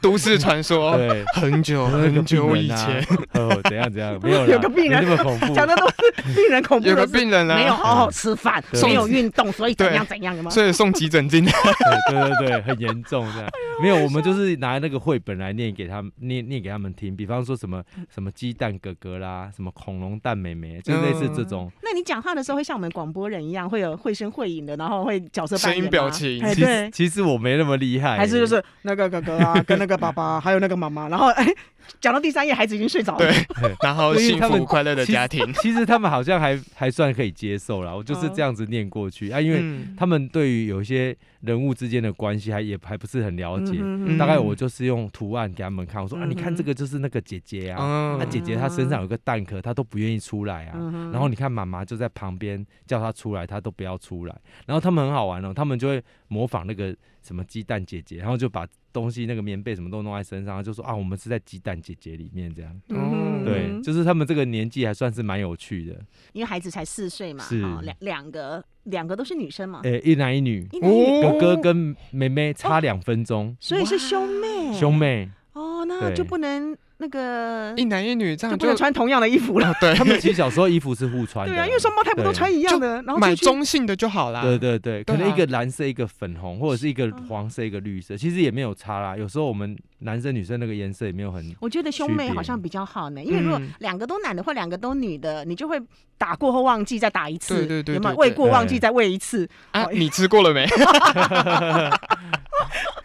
[SPEAKER 2] 都市传说，
[SPEAKER 1] 对，
[SPEAKER 2] 很久很久
[SPEAKER 1] 啊
[SPEAKER 2] 以前，
[SPEAKER 1] 哦，怎样怎样，没有啦
[SPEAKER 4] 啊 有个病人
[SPEAKER 1] 没那么恐怖。
[SPEAKER 4] 讲的都是令人恐怖
[SPEAKER 2] 有个
[SPEAKER 4] 的事。
[SPEAKER 2] 病人
[SPEAKER 4] 没有
[SPEAKER 2] 啊，
[SPEAKER 4] 好好吃饭，
[SPEAKER 1] 对
[SPEAKER 4] 没有运动，所以怎
[SPEAKER 2] 对
[SPEAKER 4] 样怎样的吗？
[SPEAKER 2] 所以送急诊进来。
[SPEAKER 1] 对对对对，很严重这样。没有，我们就是拿那个绘本来念给他们，念念给他们听。比方说什么什么鸡蛋哥哥啦，什么恐龙蛋妹妹，就类似这种。
[SPEAKER 4] 那你讲话的时候会像我们广播人一样，会有绘声绘影的，然后会角色扮
[SPEAKER 2] 声
[SPEAKER 4] 演
[SPEAKER 2] 音
[SPEAKER 4] 吗
[SPEAKER 2] 表情哎
[SPEAKER 4] 哎，
[SPEAKER 1] 其
[SPEAKER 4] 对
[SPEAKER 1] 实，其实我没那么厉害，
[SPEAKER 4] 还是就是那个哥哥啊，跟那个爸爸，还有那个妈妈，然后哎，讲到第三页，孩子已经睡着了。
[SPEAKER 2] 对， 然后幸福快乐的家庭。
[SPEAKER 1] 其实他们好像还还算可以接受啦。我就是
[SPEAKER 4] 哦
[SPEAKER 1] 这样子念过去啊，因为
[SPEAKER 2] 嗯
[SPEAKER 1] 他们对于有一些人物之间的关系还也还不是很了解。
[SPEAKER 4] 嗯
[SPEAKER 1] 大概我就是用图案给他们看，我说啊，
[SPEAKER 4] 嗯
[SPEAKER 1] 你看这个就是那个姐姐啊，她、
[SPEAKER 2] 嗯
[SPEAKER 1] 姐姐她身上有个蛋壳，她都不愿意出来啊。
[SPEAKER 4] 嗯
[SPEAKER 1] 然后你看妈妈就在旁边叫她出来，她都不要出来。然后他们很好玩哦，他们就会模仿那个什么鸡蛋姐姐，然后就把东西那个棉被什么都弄在身上，就说啊，我们是在鸡蛋姐姐里面这样。
[SPEAKER 4] 嗯
[SPEAKER 1] 对，
[SPEAKER 4] 嗯
[SPEAKER 1] 就是他们这个年纪还算是蛮有趣的。
[SPEAKER 4] 因为孩子才四岁嘛，哦
[SPEAKER 1] 是哎
[SPEAKER 4] 哈两两个两个都是女生嘛，
[SPEAKER 1] 诶、一男一女，
[SPEAKER 4] 一男一女，
[SPEAKER 2] 哦
[SPEAKER 1] 哥哥跟妹妹差两分钟，
[SPEAKER 4] 所以是兄妹。
[SPEAKER 1] 兄妹。
[SPEAKER 4] 哦，那就
[SPEAKER 1] 对
[SPEAKER 4] 不能那个，
[SPEAKER 2] 一男一女这
[SPEAKER 4] 嗯就
[SPEAKER 2] 样哎
[SPEAKER 4] 不
[SPEAKER 2] 就
[SPEAKER 4] 能穿同样的衣服了。
[SPEAKER 2] 啊，对，
[SPEAKER 1] 他们其实小时候衣服是互穿的。
[SPEAKER 4] 对啊，因为双胞胎不都
[SPEAKER 1] 对
[SPEAKER 4] 穿一样的，然后
[SPEAKER 2] 买
[SPEAKER 4] 出去
[SPEAKER 2] 中性的就好啦。
[SPEAKER 1] 对对对，
[SPEAKER 2] 对
[SPEAKER 1] 可
[SPEAKER 2] 啊
[SPEAKER 1] 能一个蓝色，一个粉红，或者是一个
[SPEAKER 4] 嗯
[SPEAKER 1] 黄色，一个绿色，其实也没有差啦。有时候我们男生女生那个颜色也没有 很，
[SPEAKER 4] 我觉得兄
[SPEAKER 1] 区
[SPEAKER 4] 妹
[SPEAKER 1] 别
[SPEAKER 4] 好像比较好呢，因为如果
[SPEAKER 2] 嗯
[SPEAKER 4] 两个都男的或两个都女的，你就会打过后忘记再打一次，
[SPEAKER 2] 对对对
[SPEAKER 4] 有没有
[SPEAKER 2] 对
[SPEAKER 4] 喂
[SPEAKER 2] 对
[SPEAKER 4] 过忘记
[SPEAKER 1] 对嗯
[SPEAKER 4] 再喂一次，
[SPEAKER 2] 啊，你吃过了没？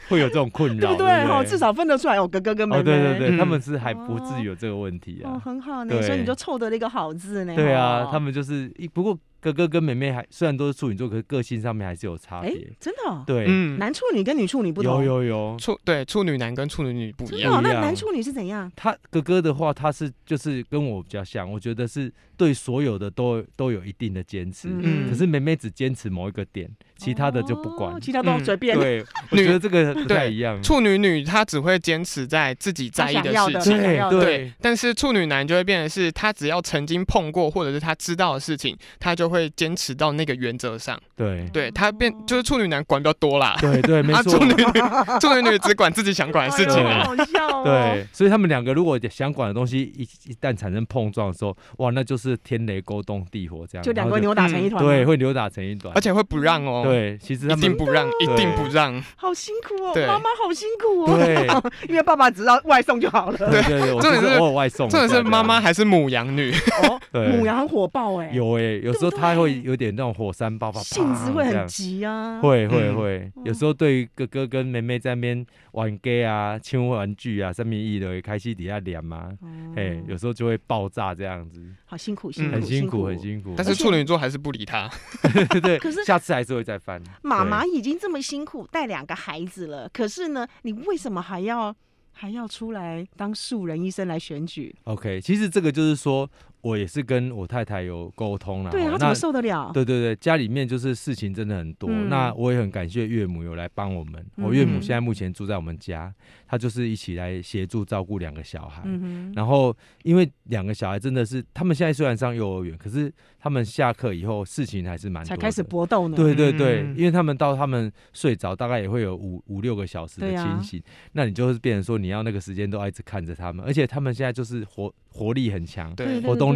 [SPEAKER 1] 会有这种困
[SPEAKER 4] 对
[SPEAKER 1] 扰，
[SPEAKER 4] 不
[SPEAKER 1] 对
[SPEAKER 4] 对？哈，至少分得出来哦，哥哥跟妹
[SPEAKER 1] 哦，
[SPEAKER 4] 妹。
[SPEAKER 1] 对对对，
[SPEAKER 2] 嗯
[SPEAKER 1] 他们是还不至于有这个问题
[SPEAKER 4] 哦，
[SPEAKER 1] 啊。
[SPEAKER 4] 很哦好呢，所
[SPEAKER 1] 对
[SPEAKER 4] 以你就凑得了一个好字呢。
[SPEAKER 1] 对啊
[SPEAKER 4] 哈，
[SPEAKER 1] 他们就是一不过哥哥跟妹妹还虽然都是处女座，可是个性上面还是有差
[SPEAKER 4] 哎
[SPEAKER 1] 别。，
[SPEAKER 4] 真的哦，
[SPEAKER 1] 对，
[SPEAKER 2] 嗯，
[SPEAKER 4] 男处女跟女处女不同，
[SPEAKER 1] 有有有，
[SPEAKER 2] 处对处女男跟处女女不一
[SPEAKER 4] 真的
[SPEAKER 2] 样。
[SPEAKER 4] 哦，那
[SPEAKER 1] 一样
[SPEAKER 4] 男处女是怎样？
[SPEAKER 1] 他哥哥的话，他是就是跟我比较像，我觉得是对所有的都都有一定的坚持，
[SPEAKER 2] 嗯
[SPEAKER 1] 可是妹妹只坚持某一个点，其他的就不管。
[SPEAKER 4] 哦其他都
[SPEAKER 2] 嗯
[SPEAKER 4] 随便。
[SPEAKER 1] 对， 我觉得这个不太
[SPEAKER 2] 对
[SPEAKER 1] 一样。
[SPEAKER 2] 处女女她只会坚持在自己在
[SPEAKER 4] 他
[SPEAKER 2] 意
[SPEAKER 4] 想要的，
[SPEAKER 2] 事
[SPEAKER 4] 他
[SPEAKER 2] 情，
[SPEAKER 4] 想要的哎
[SPEAKER 1] 对
[SPEAKER 2] 对，但是处女男就会变成是，他只要曾经碰过或者是他知道的事情，他就会坚持到那个原则上。
[SPEAKER 1] 对
[SPEAKER 4] 哦
[SPEAKER 2] 对他变就是处女男管比较多啦，
[SPEAKER 1] 对对，没
[SPEAKER 2] 啊
[SPEAKER 1] 错
[SPEAKER 2] 处。女女 处女女只管自己想管的事情啊
[SPEAKER 4] 哎呦
[SPEAKER 2] 啦。
[SPEAKER 4] 好笑哦。
[SPEAKER 1] 对，所以他们两个如果想管的东西一一旦产生碰撞的时候，哇，那就是天雷勾动地火这样，
[SPEAKER 4] 就两
[SPEAKER 1] 然
[SPEAKER 4] 个
[SPEAKER 1] 后
[SPEAKER 4] 扭打成一
[SPEAKER 1] 就嗯
[SPEAKER 4] 团。
[SPEAKER 1] 对，，会扭打成一团
[SPEAKER 2] 而。且会不让哦，，
[SPEAKER 1] 对，其实
[SPEAKER 2] 一
[SPEAKER 1] 他
[SPEAKER 2] 定
[SPEAKER 1] 们
[SPEAKER 2] 不让，一定不让。
[SPEAKER 4] 好辛苦哦，
[SPEAKER 2] 对
[SPEAKER 4] 妈妈好辛苦哦，
[SPEAKER 1] 对
[SPEAKER 4] 因为爸爸只要外送就好了。
[SPEAKER 1] 对对对，我
[SPEAKER 2] 重点
[SPEAKER 1] 就是
[SPEAKER 2] 是
[SPEAKER 1] 偶尔外送一下
[SPEAKER 2] 真
[SPEAKER 1] 这
[SPEAKER 2] 的
[SPEAKER 1] 样，
[SPEAKER 2] 是妈妈还是母羊女，
[SPEAKER 4] 哦，
[SPEAKER 1] 对
[SPEAKER 4] 母羊很火爆哎，
[SPEAKER 1] 有哎，有时候她会有点那种火山爆发，
[SPEAKER 4] 性子
[SPEAKER 1] 啪
[SPEAKER 4] 会
[SPEAKER 1] 这
[SPEAKER 4] 很
[SPEAKER 1] 样
[SPEAKER 4] 急啊。
[SPEAKER 1] 会会
[SPEAKER 2] 嗯
[SPEAKER 1] 会，有时候对于哥哥跟妹妹在那边玩 gay 啊、亲玩具啊，上面一的开始底下脸啊，
[SPEAKER 4] 哦
[SPEAKER 1] 哎，有时候就会爆炸这样子，
[SPEAKER 4] 好辛苦，辛苦，
[SPEAKER 1] 很辛
[SPEAKER 4] 苦，
[SPEAKER 1] 苦很辛苦。
[SPEAKER 2] 但是处女座还是不理他。
[SPEAKER 1] 对对，
[SPEAKER 4] 可是
[SPEAKER 1] 下次还是会再翻。
[SPEAKER 4] 妈
[SPEAKER 1] 对
[SPEAKER 4] 妈已经这么辛苦带两个孩子了，可是呢，你为什么还要还要出来当素人医生来选举？
[SPEAKER 1] OK，其实这个就是说我也是跟我太太有沟通了。
[SPEAKER 4] 对
[SPEAKER 1] 吼
[SPEAKER 4] 啊，他怎
[SPEAKER 1] 那
[SPEAKER 4] 么受得了？
[SPEAKER 1] 对对对，家里面就是事情真的很多，
[SPEAKER 4] 嗯
[SPEAKER 1] 那我也很感谢岳母有来帮我们。我、
[SPEAKER 4] 嗯
[SPEAKER 1] 岳母现在目前住在我们家，她就是一起来协助照顾两个小孩。
[SPEAKER 4] 嗯哼，
[SPEAKER 1] 然后，因为两个小孩真的是，他们现在虽然上幼儿园，可是他们下课以后事情还是蛮多
[SPEAKER 4] 才
[SPEAKER 1] 的。
[SPEAKER 4] 开始搏斗呢。
[SPEAKER 1] 对对对，
[SPEAKER 2] 嗯
[SPEAKER 1] 因为他们到他们睡着，大概也会有五五六个小时的
[SPEAKER 4] 对啊
[SPEAKER 1] 清醒，那你就是变成说你要那个时间都要一直看着他们，而且他们现在就是活活力很强，
[SPEAKER 4] 对，
[SPEAKER 2] 对
[SPEAKER 4] 对
[SPEAKER 1] 活动力很。好
[SPEAKER 4] 对对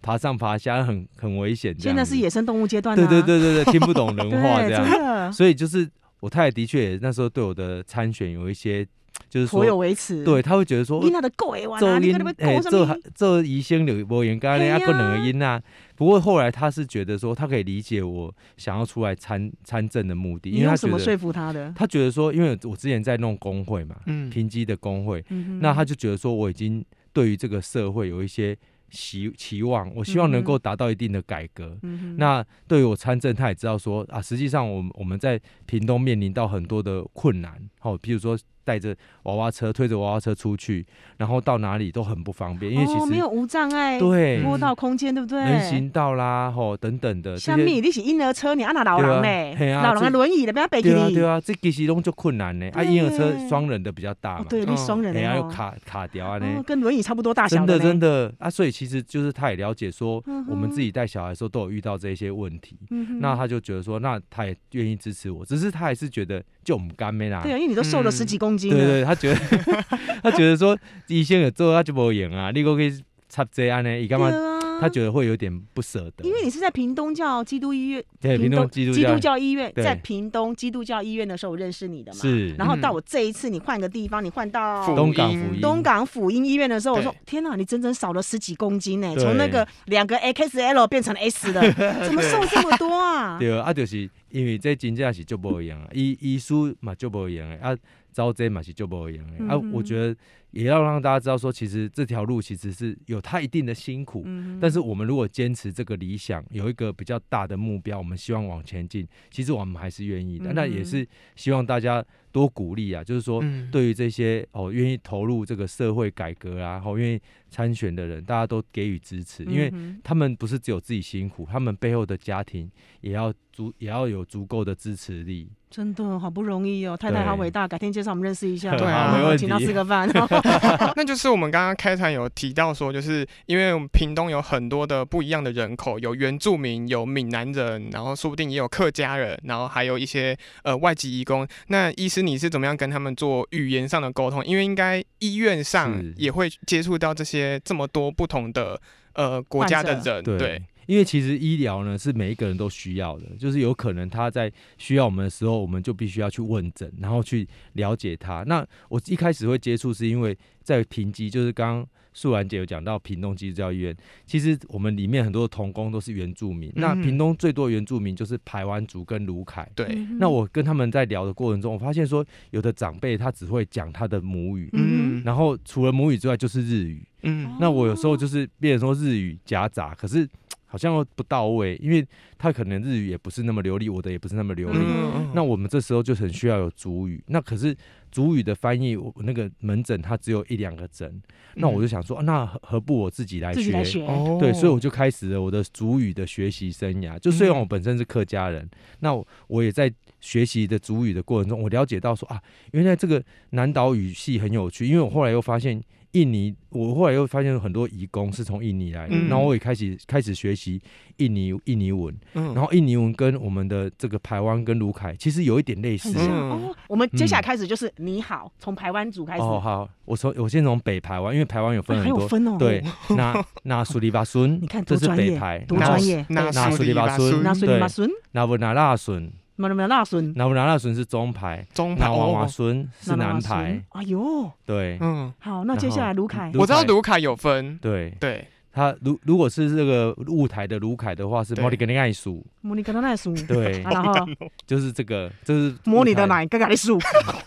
[SPEAKER 1] 爬上爬下很很危险这
[SPEAKER 4] 现
[SPEAKER 1] 样子。
[SPEAKER 4] 在是野生动物阶段啊。
[SPEAKER 1] 对对对对对，听不懂人
[SPEAKER 4] 对，
[SPEAKER 1] 话这样，
[SPEAKER 4] 真的
[SPEAKER 1] 所以就是我太太的确也那时候对我的参选有一些，就是
[SPEAKER 4] 颇有
[SPEAKER 1] 说，
[SPEAKER 4] 维持。
[SPEAKER 1] 对，他会觉得说
[SPEAKER 4] 你。那的够哎，哇，
[SPEAKER 1] 这
[SPEAKER 4] 你
[SPEAKER 1] 音
[SPEAKER 4] 可能
[SPEAKER 1] 哎，
[SPEAKER 4] 够什
[SPEAKER 1] 这
[SPEAKER 4] 么
[SPEAKER 1] 还？这宜兴柳波言，刚刚人家
[SPEAKER 4] 嘿呀
[SPEAKER 1] 更冷的音呐。不过后来他是觉得说，他可以理解我想要出来参参政的目的，
[SPEAKER 4] 你
[SPEAKER 1] 因为他
[SPEAKER 4] 用什
[SPEAKER 1] 觉
[SPEAKER 4] 么
[SPEAKER 1] 得
[SPEAKER 4] 说服他的？
[SPEAKER 1] 他觉得说，因为我之前在弄工会嘛，
[SPEAKER 2] 嗯
[SPEAKER 1] 平基的工会，
[SPEAKER 4] 嗯哼
[SPEAKER 1] 那他就觉得说，我已经对于这个社会有一些期期望，我希望能够达到一定的改革。
[SPEAKER 4] 嗯哼
[SPEAKER 1] 那对于我参政，他也知道说啊，实际上我们我们在屏东面临到很多的困难，好、哦，譬如说带着娃娃车推着娃娃车出去，然后到哪里都很不方便，因为其
[SPEAKER 4] 哦，没
[SPEAKER 1] 实
[SPEAKER 4] 有无障碍
[SPEAKER 1] 对
[SPEAKER 4] 坡道空间，对不对？
[SPEAKER 1] 人行道啦吼等等的这
[SPEAKER 4] 虾
[SPEAKER 1] 些
[SPEAKER 4] 米，你是婴儿车，你按啊哪老人
[SPEAKER 1] 对
[SPEAKER 4] 嘞？
[SPEAKER 1] 啊嘿啊
[SPEAKER 4] 老人的
[SPEAKER 1] 这
[SPEAKER 4] 轮椅了，不要背起
[SPEAKER 1] 对啊
[SPEAKER 4] 你
[SPEAKER 1] 对。啊，这其实拢就困难呢。啊，
[SPEAKER 4] 对
[SPEAKER 1] 婴儿车
[SPEAKER 4] 耶
[SPEAKER 1] 双人的比较大
[SPEAKER 4] 哦
[SPEAKER 1] 嘛，，
[SPEAKER 4] 对，你双人
[SPEAKER 1] 哎呀
[SPEAKER 4] 的
[SPEAKER 1] 又
[SPEAKER 4] 哦，
[SPEAKER 1] 卡卡掉啊呢。
[SPEAKER 4] 哦跟轮椅差不多大小
[SPEAKER 1] 真的
[SPEAKER 4] 呢
[SPEAKER 1] 真。的啊，所以其实就是他也了解说，
[SPEAKER 4] 嗯哼
[SPEAKER 1] 我们自己带小孩的时候都有遇到这一些问题，
[SPEAKER 4] 嗯哼
[SPEAKER 1] 那他就觉得说，那他也愿意支持我，只是他还是觉得就我们干妹啦，
[SPEAKER 4] 对啊，因为你都瘦了十几
[SPEAKER 1] 嗯
[SPEAKER 4] 公斤
[SPEAKER 1] 对
[SPEAKER 4] 了，
[SPEAKER 1] 对，他觉得 他觉得说医生有做他就没用啊，你可以插这样呢，你干嘛？
[SPEAKER 4] 啊
[SPEAKER 1] 他觉得会有点不舍得，
[SPEAKER 4] 因为你是在屏东教基督医院，
[SPEAKER 1] 对平东基
[SPEAKER 4] 基
[SPEAKER 1] 督
[SPEAKER 4] 督
[SPEAKER 1] 教
[SPEAKER 4] 教医院，
[SPEAKER 1] 对
[SPEAKER 4] 在屏东基督教医院的时候，我认识你的嘛。。
[SPEAKER 1] 是
[SPEAKER 4] 然后到
[SPEAKER 2] 嗯
[SPEAKER 4] 我这一次，你换个地方，你换到
[SPEAKER 2] 福
[SPEAKER 1] 东港
[SPEAKER 2] 音
[SPEAKER 1] 福音
[SPEAKER 4] 东港辅英医院的时候，我说
[SPEAKER 2] 对
[SPEAKER 4] 天哪，你整整少了十几公斤呢，
[SPEAKER 1] 对
[SPEAKER 4] 从那个两个 XL 变成 S 的，怎么瘦这么多啊？
[SPEAKER 1] 对啊，就是因为这真正是就不一样啊，医医书嘛就不一样的啊，招这嘛是就不一样的、啊
[SPEAKER 4] 嗯。哼
[SPEAKER 1] 我觉得也要让大家知道说，其实这条路其实是有它一定的辛苦，
[SPEAKER 4] 嗯
[SPEAKER 1] 但是我们如果坚持这个理想，有一个比较大的目标，我们希望往前进，其实我们还是愿意的。
[SPEAKER 4] 嗯
[SPEAKER 1] 那也是希望大家多鼓励啊，就是说。
[SPEAKER 2] 嗯，
[SPEAKER 1] 对于这些哦愿意投入这个社会改革啊，然后愿意参选的人，大家都给予支持，因为
[SPEAKER 4] 嗯
[SPEAKER 1] 他们不是只有自己辛苦，他们背后的家庭也要足也要有足够的支持力。
[SPEAKER 4] 真的好不容易哦，太太
[SPEAKER 1] 对
[SPEAKER 4] 好伟大，改天介绍我们认识一下，
[SPEAKER 1] 对
[SPEAKER 2] 啊没
[SPEAKER 1] 问题
[SPEAKER 4] 请她吃 个饭。嗯
[SPEAKER 2] 那就是我们刚刚开场有提到说，就是因为我们屏东有很多的不一样的人口，有原住民，有闽南人，然后说不定也有客家人，然后还有一些呃外籍移工。那医师你是怎么样跟他们做语言上的沟通？因为应该医院上
[SPEAKER 1] 是
[SPEAKER 2] 也会接触到这些这么多不同的呃国家的
[SPEAKER 4] 患
[SPEAKER 2] 人，
[SPEAKER 1] 对，
[SPEAKER 2] 对，
[SPEAKER 1] 因为其实医疗呢是每一个人都需要的，就是有可能他在需要我们的时候，我们就必须要去问诊，然后去了解他。那我一开始会接触是因为在平基，就是刚刚素兰姐有讲到屏东基督教医院，其实我们里面很多的童工都是原住民，那
[SPEAKER 2] 嗯
[SPEAKER 1] 屏东最多原住民就是排湾族跟卢凯。
[SPEAKER 2] 对，
[SPEAKER 1] 那我跟他们在聊的过程中，我发现说，有的长辈他只会讲他的母语，
[SPEAKER 4] 嗯
[SPEAKER 2] 嗯
[SPEAKER 1] 然后除了母语之外就是日语。
[SPEAKER 2] 嗯
[SPEAKER 1] 那我有时候就是变成说日语夹杂，可是好像又不到位，因为他可能日语也不是那么流利，我的也不是那么流利。
[SPEAKER 2] 嗯，
[SPEAKER 1] 那我们这时候就很需要有主语，那可是主语的翻译，我那个门诊它只有一两个诊，
[SPEAKER 2] 嗯
[SPEAKER 1] 那我就想说，啊那何何不我自己来
[SPEAKER 4] 自己来学，
[SPEAKER 2] 哦，
[SPEAKER 1] 对，所以我就开始了我的主语的学习生涯。就
[SPEAKER 4] 嗯
[SPEAKER 1] 虽然我本身是客家人，那我我也在学习的主语的过程中，我了解到说啊，原来这个南岛语系很有趣。因为我后来又发现印尼，我后来又发现有很多移工是从印尼来的，
[SPEAKER 2] 嗯
[SPEAKER 1] 然后我也开始开始学习印尼印尼文，
[SPEAKER 2] 嗯，
[SPEAKER 1] 然后印尼文跟我们的这个台湾跟卢凯其实有一点类似
[SPEAKER 4] 很。
[SPEAKER 2] 嗯
[SPEAKER 4] 像哦。我们接下来开始就是你好，从台湾组开始，
[SPEAKER 1] 哦，好，我从我先从北台湾，因为台湾有分很
[SPEAKER 4] 哎还有
[SPEAKER 1] 多，
[SPEAKER 4] 分哦。
[SPEAKER 1] 对，那那苏里巴孙，
[SPEAKER 4] 你看多
[SPEAKER 1] 这是
[SPEAKER 4] 专
[SPEAKER 1] 北
[SPEAKER 4] 业
[SPEAKER 1] 台，
[SPEAKER 4] 多
[SPEAKER 1] 然后
[SPEAKER 4] 专业
[SPEAKER 2] 那
[SPEAKER 1] 那
[SPEAKER 2] 苏
[SPEAKER 1] 苏
[SPEAKER 2] 里
[SPEAKER 1] 里巴
[SPEAKER 2] 巴
[SPEAKER 1] 孙
[SPEAKER 2] 孙
[SPEAKER 4] 那孙
[SPEAKER 1] 对
[SPEAKER 4] 马孙，
[SPEAKER 1] 拿不拿辣笋，
[SPEAKER 4] 没有没有那孙，
[SPEAKER 1] 拿不拿辣笋是中排，
[SPEAKER 2] 中
[SPEAKER 1] 拿
[SPEAKER 2] 盘
[SPEAKER 1] 娃娃
[SPEAKER 2] 哦，
[SPEAKER 1] 笋是南排
[SPEAKER 4] 孙。。哎呦，
[SPEAKER 1] 对
[SPEAKER 2] 嗯，
[SPEAKER 4] 好，那接下来卢凯
[SPEAKER 1] 然后
[SPEAKER 2] 我知道卢卡有分，
[SPEAKER 1] 对，
[SPEAKER 2] 对，
[SPEAKER 1] 他如如果是这个雾台的卢凯的话是
[SPEAKER 2] 对
[SPEAKER 1] 莫里格尼爱鼠，
[SPEAKER 4] 莫妮跟他那孙，
[SPEAKER 1] 对
[SPEAKER 4] 啊，然后
[SPEAKER 1] 就是这个，就是
[SPEAKER 4] 摸你的奶，跟 你数。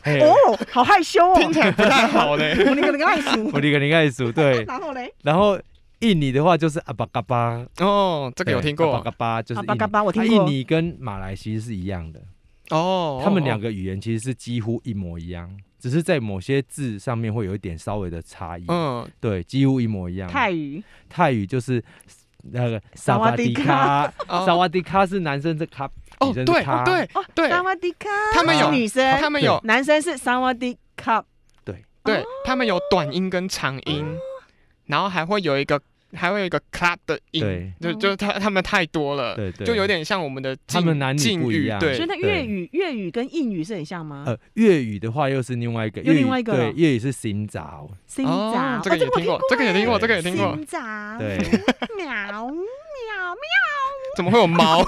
[SPEAKER 1] 嘿，
[SPEAKER 4] 哦，好害羞哦，
[SPEAKER 2] 听起来不太好嘞。
[SPEAKER 4] 莫妮跟他 那数。
[SPEAKER 1] 莫里格尼爱鼠。对，
[SPEAKER 4] 然后嘞，
[SPEAKER 1] 然后印尼的话就是阿巴嘎巴，
[SPEAKER 2] 哦，这
[SPEAKER 1] 这
[SPEAKER 2] 个有听
[SPEAKER 1] 阿巴
[SPEAKER 2] 过
[SPEAKER 1] 嘎巴就是
[SPEAKER 4] 阿
[SPEAKER 1] 印尼
[SPEAKER 4] 巴嘎巴，我
[SPEAKER 1] 啊
[SPEAKER 4] 听
[SPEAKER 1] 印
[SPEAKER 4] 过。
[SPEAKER 1] 尼跟马来西亚是一样的，
[SPEAKER 2] 哦，
[SPEAKER 1] 他们两
[SPEAKER 2] 个
[SPEAKER 1] 个语言其实是几乎一模一样，只是在某些字上面会有一点稍微的差异。
[SPEAKER 2] 嗯，
[SPEAKER 1] 对，几乎一模一样。
[SPEAKER 4] 泰语，
[SPEAKER 1] 泰语就是那个
[SPEAKER 4] 萨瓦迪卡，
[SPEAKER 1] 萨
[SPEAKER 2] 哦
[SPEAKER 1] 瓦迪卡是男生这卡，
[SPEAKER 2] 哦
[SPEAKER 1] 女生
[SPEAKER 2] 对
[SPEAKER 1] 是卡，
[SPEAKER 2] 对
[SPEAKER 4] 哦
[SPEAKER 2] 对，
[SPEAKER 4] 萨瓦迪卡，
[SPEAKER 2] 他们
[SPEAKER 4] 是
[SPEAKER 2] 有
[SPEAKER 4] 女生，
[SPEAKER 2] 哦他们有
[SPEAKER 4] 男生是萨瓦迪卡，
[SPEAKER 2] 对，他们有短音跟长音，然后还会有一个还会有一个 clap 的音，
[SPEAKER 1] 对
[SPEAKER 2] 就就他他们太多了，
[SPEAKER 1] 对对，
[SPEAKER 2] 就有点像我们的
[SPEAKER 1] 他
[SPEAKER 2] 敬
[SPEAKER 1] 们男女
[SPEAKER 2] 敬
[SPEAKER 1] 不一
[SPEAKER 2] 语
[SPEAKER 1] 样
[SPEAKER 2] 对
[SPEAKER 4] 所以，那粤语粤语跟印语是很像
[SPEAKER 2] 嗯
[SPEAKER 4] 吗？
[SPEAKER 1] 呃粤语的话又是另外一个，
[SPEAKER 4] 又
[SPEAKER 1] 粤语
[SPEAKER 4] 另外一个
[SPEAKER 1] 对
[SPEAKER 4] 了
[SPEAKER 1] 粤语是新早，
[SPEAKER 4] 新
[SPEAKER 2] 哦
[SPEAKER 4] 杂，，
[SPEAKER 2] 这个也听过，这个欸也听
[SPEAKER 1] 对
[SPEAKER 2] 过，
[SPEAKER 4] 哎
[SPEAKER 2] 这个也听过，
[SPEAKER 6] 新长
[SPEAKER 1] 对
[SPEAKER 6] 喵喵喵，
[SPEAKER 2] 怎么会有猫？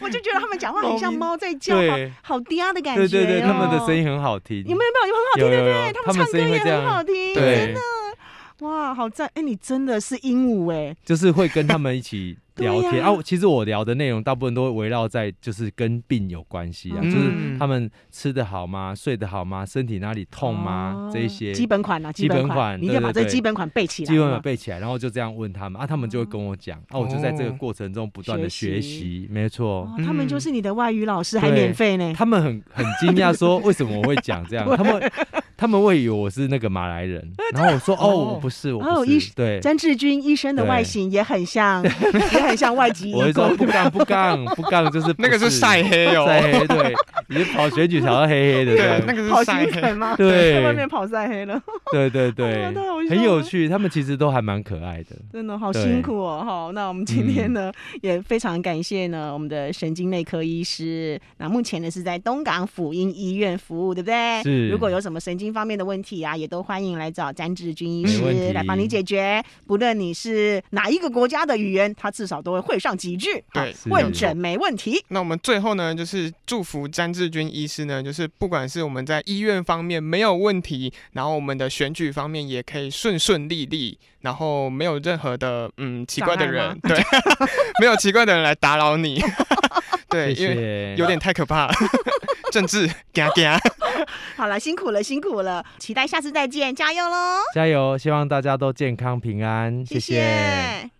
[SPEAKER 6] 我就觉得他们讲话很像猫在叫，好
[SPEAKER 1] 对
[SPEAKER 6] 好嗲的感觉、
[SPEAKER 1] 对
[SPEAKER 6] 哦。
[SPEAKER 1] 对对，他们的声音很好听，
[SPEAKER 4] 有没有没有有没有
[SPEAKER 1] 有有有，
[SPEAKER 6] 他
[SPEAKER 1] 他
[SPEAKER 6] 们
[SPEAKER 1] 们
[SPEAKER 6] 唱歌
[SPEAKER 1] 声音会
[SPEAKER 6] 也
[SPEAKER 1] 这
[SPEAKER 6] 很好
[SPEAKER 1] 样，
[SPEAKER 6] 听，
[SPEAKER 1] 对
[SPEAKER 6] 真的
[SPEAKER 4] 哇，好赞！哎、你真的是鹦鹉哎，
[SPEAKER 1] 就是会跟他们一起聊
[SPEAKER 6] 对
[SPEAKER 1] 天
[SPEAKER 6] 呀
[SPEAKER 1] 啊我其实我聊的内容大部分都会围绕在就是跟病有关系啊，
[SPEAKER 6] 嗯
[SPEAKER 1] 就是他们吃得好吗？睡得好吗？身体哪里痛吗？
[SPEAKER 6] 哦
[SPEAKER 1] 这一些
[SPEAKER 4] 基本款啊，
[SPEAKER 1] 基本
[SPEAKER 4] 本
[SPEAKER 1] 款
[SPEAKER 4] 你一定要把
[SPEAKER 1] 对对
[SPEAKER 4] 这
[SPEAKER 1] 对
[SPEAKER 4] 基本款背起来
[SPEAKER 1] 基本
[SPEAKER 4] 嘛
[SPEAKER 1] 有。背起来，然后就这样问他们啊，他们就会跟我讲啊，我就在这个过程中不断的
[SPEAKER 4] 哦学
[SPEAKER 1] 学
[SPEAKER 4] 习
[SPEAKER 1] 习，没错
[SPEAKER 4] 哦。他们就是你的外语老师，
[SPEAKER 1] 嗯
[SPEAKER 4] 还免费呢。
[SPEAKER 1] 他们很很惊讶，说为什么我会讲这样？他们他们会以为我是那个马来 人，然后我说哦，
[SPEAKER 2] 哦
[SPEAKER 1] 我不是，我
[SPEAKER 4] 哦
[SPEAKER 1] 不
[SPEAKER 4] 医
[SPEAKER 1] 是
[SPEAKER 4] 生，
[SPEAKER 1] 对，
[SPEAKER 4] 詹志军医生的外形也很像，也很像外籍
[SPEAKER 1] 我
[SPEAKER 4] 义
[SPEAKER 1] 会说
[SPEAKER 4] 工。
[SPEAKER 1] 不干不干不干，就是不
[SPEAKER 2] 那个是晒黑哦，
[SPEAKER 1] 晒黑，对，你跑选举跑到黑 黑的这
[SPEAKER 2] 对，那
[SPEAKER 1] 样，
[SPEAKER 2] 个
[SPEAKER 4] 跑
[SPEAKER 2] 是
[SPEAKER 4] 行
[SPEAKER 2] 晒黑。
[SPEAKER 4] 程吗？
[SPEAKER 1] 对
[SPEAKER 4] 在外面跑晒黑了，
[SPEAKER 1] 对对
[SPEAKER 4] 哎呀
[SPEAKER 1] 对
[SPEAKER 4] 太好，笑
[SPEAKER 1] 很有
[SPEAKER 4] 了
[SPEAKER 1] 趣，他们其实都还蛮可爱的。
[SPEAKER 4] 真的好
[SPEAKER 1] 对嗯
[SPEAKER 4] 辛苦哦。好，那我们今天呢、也非常感谢呢我们的神经内科医师，那目前呢是在东港辅英医院服务，对不对？
[SPEAKER 1] 是
[SPEAKER 4] 如果有什么神经方面的问题啊，也都欢迎来找詹志军医
[SPEAKER 1] 没问
[SPEAKER 4] 师
[SPEAKER 1] 题
[SPEAKER 4] 来帮你解决。不论你是哪一个国家的语言，他至少都会会上几句。好
[SPEAKER 2] 对，
[SPEAKER 1] 是
[SPEAKER 4] 问诊没问题。
[SPEAKER 2] 那我们最后呢，就是祝福詹志军医师呢，就是不管是我们在医院方面没有问题，然后我们的选举方面也可以顺顺利利，然后没有任何的嗯奇怪的人，对， 没有奇怪的人来打扰你， 对，
[SPEAKER 1] 谢
[SPEAKER 2] 因为
[SPEAKER 1] 谢，
[SPEAKER 2] 有点太可怕了， 政治嘎嘎，
[SPEAKER 4] 好了，辛苦了，辛苦了，期待下次再见，加油喽！
[SPEAKER 1] 加油！希望大家都健康平安，
[SPEAKER 4] 谢
[SPEAKER 1] 谢
[SPEAKER 4] 谢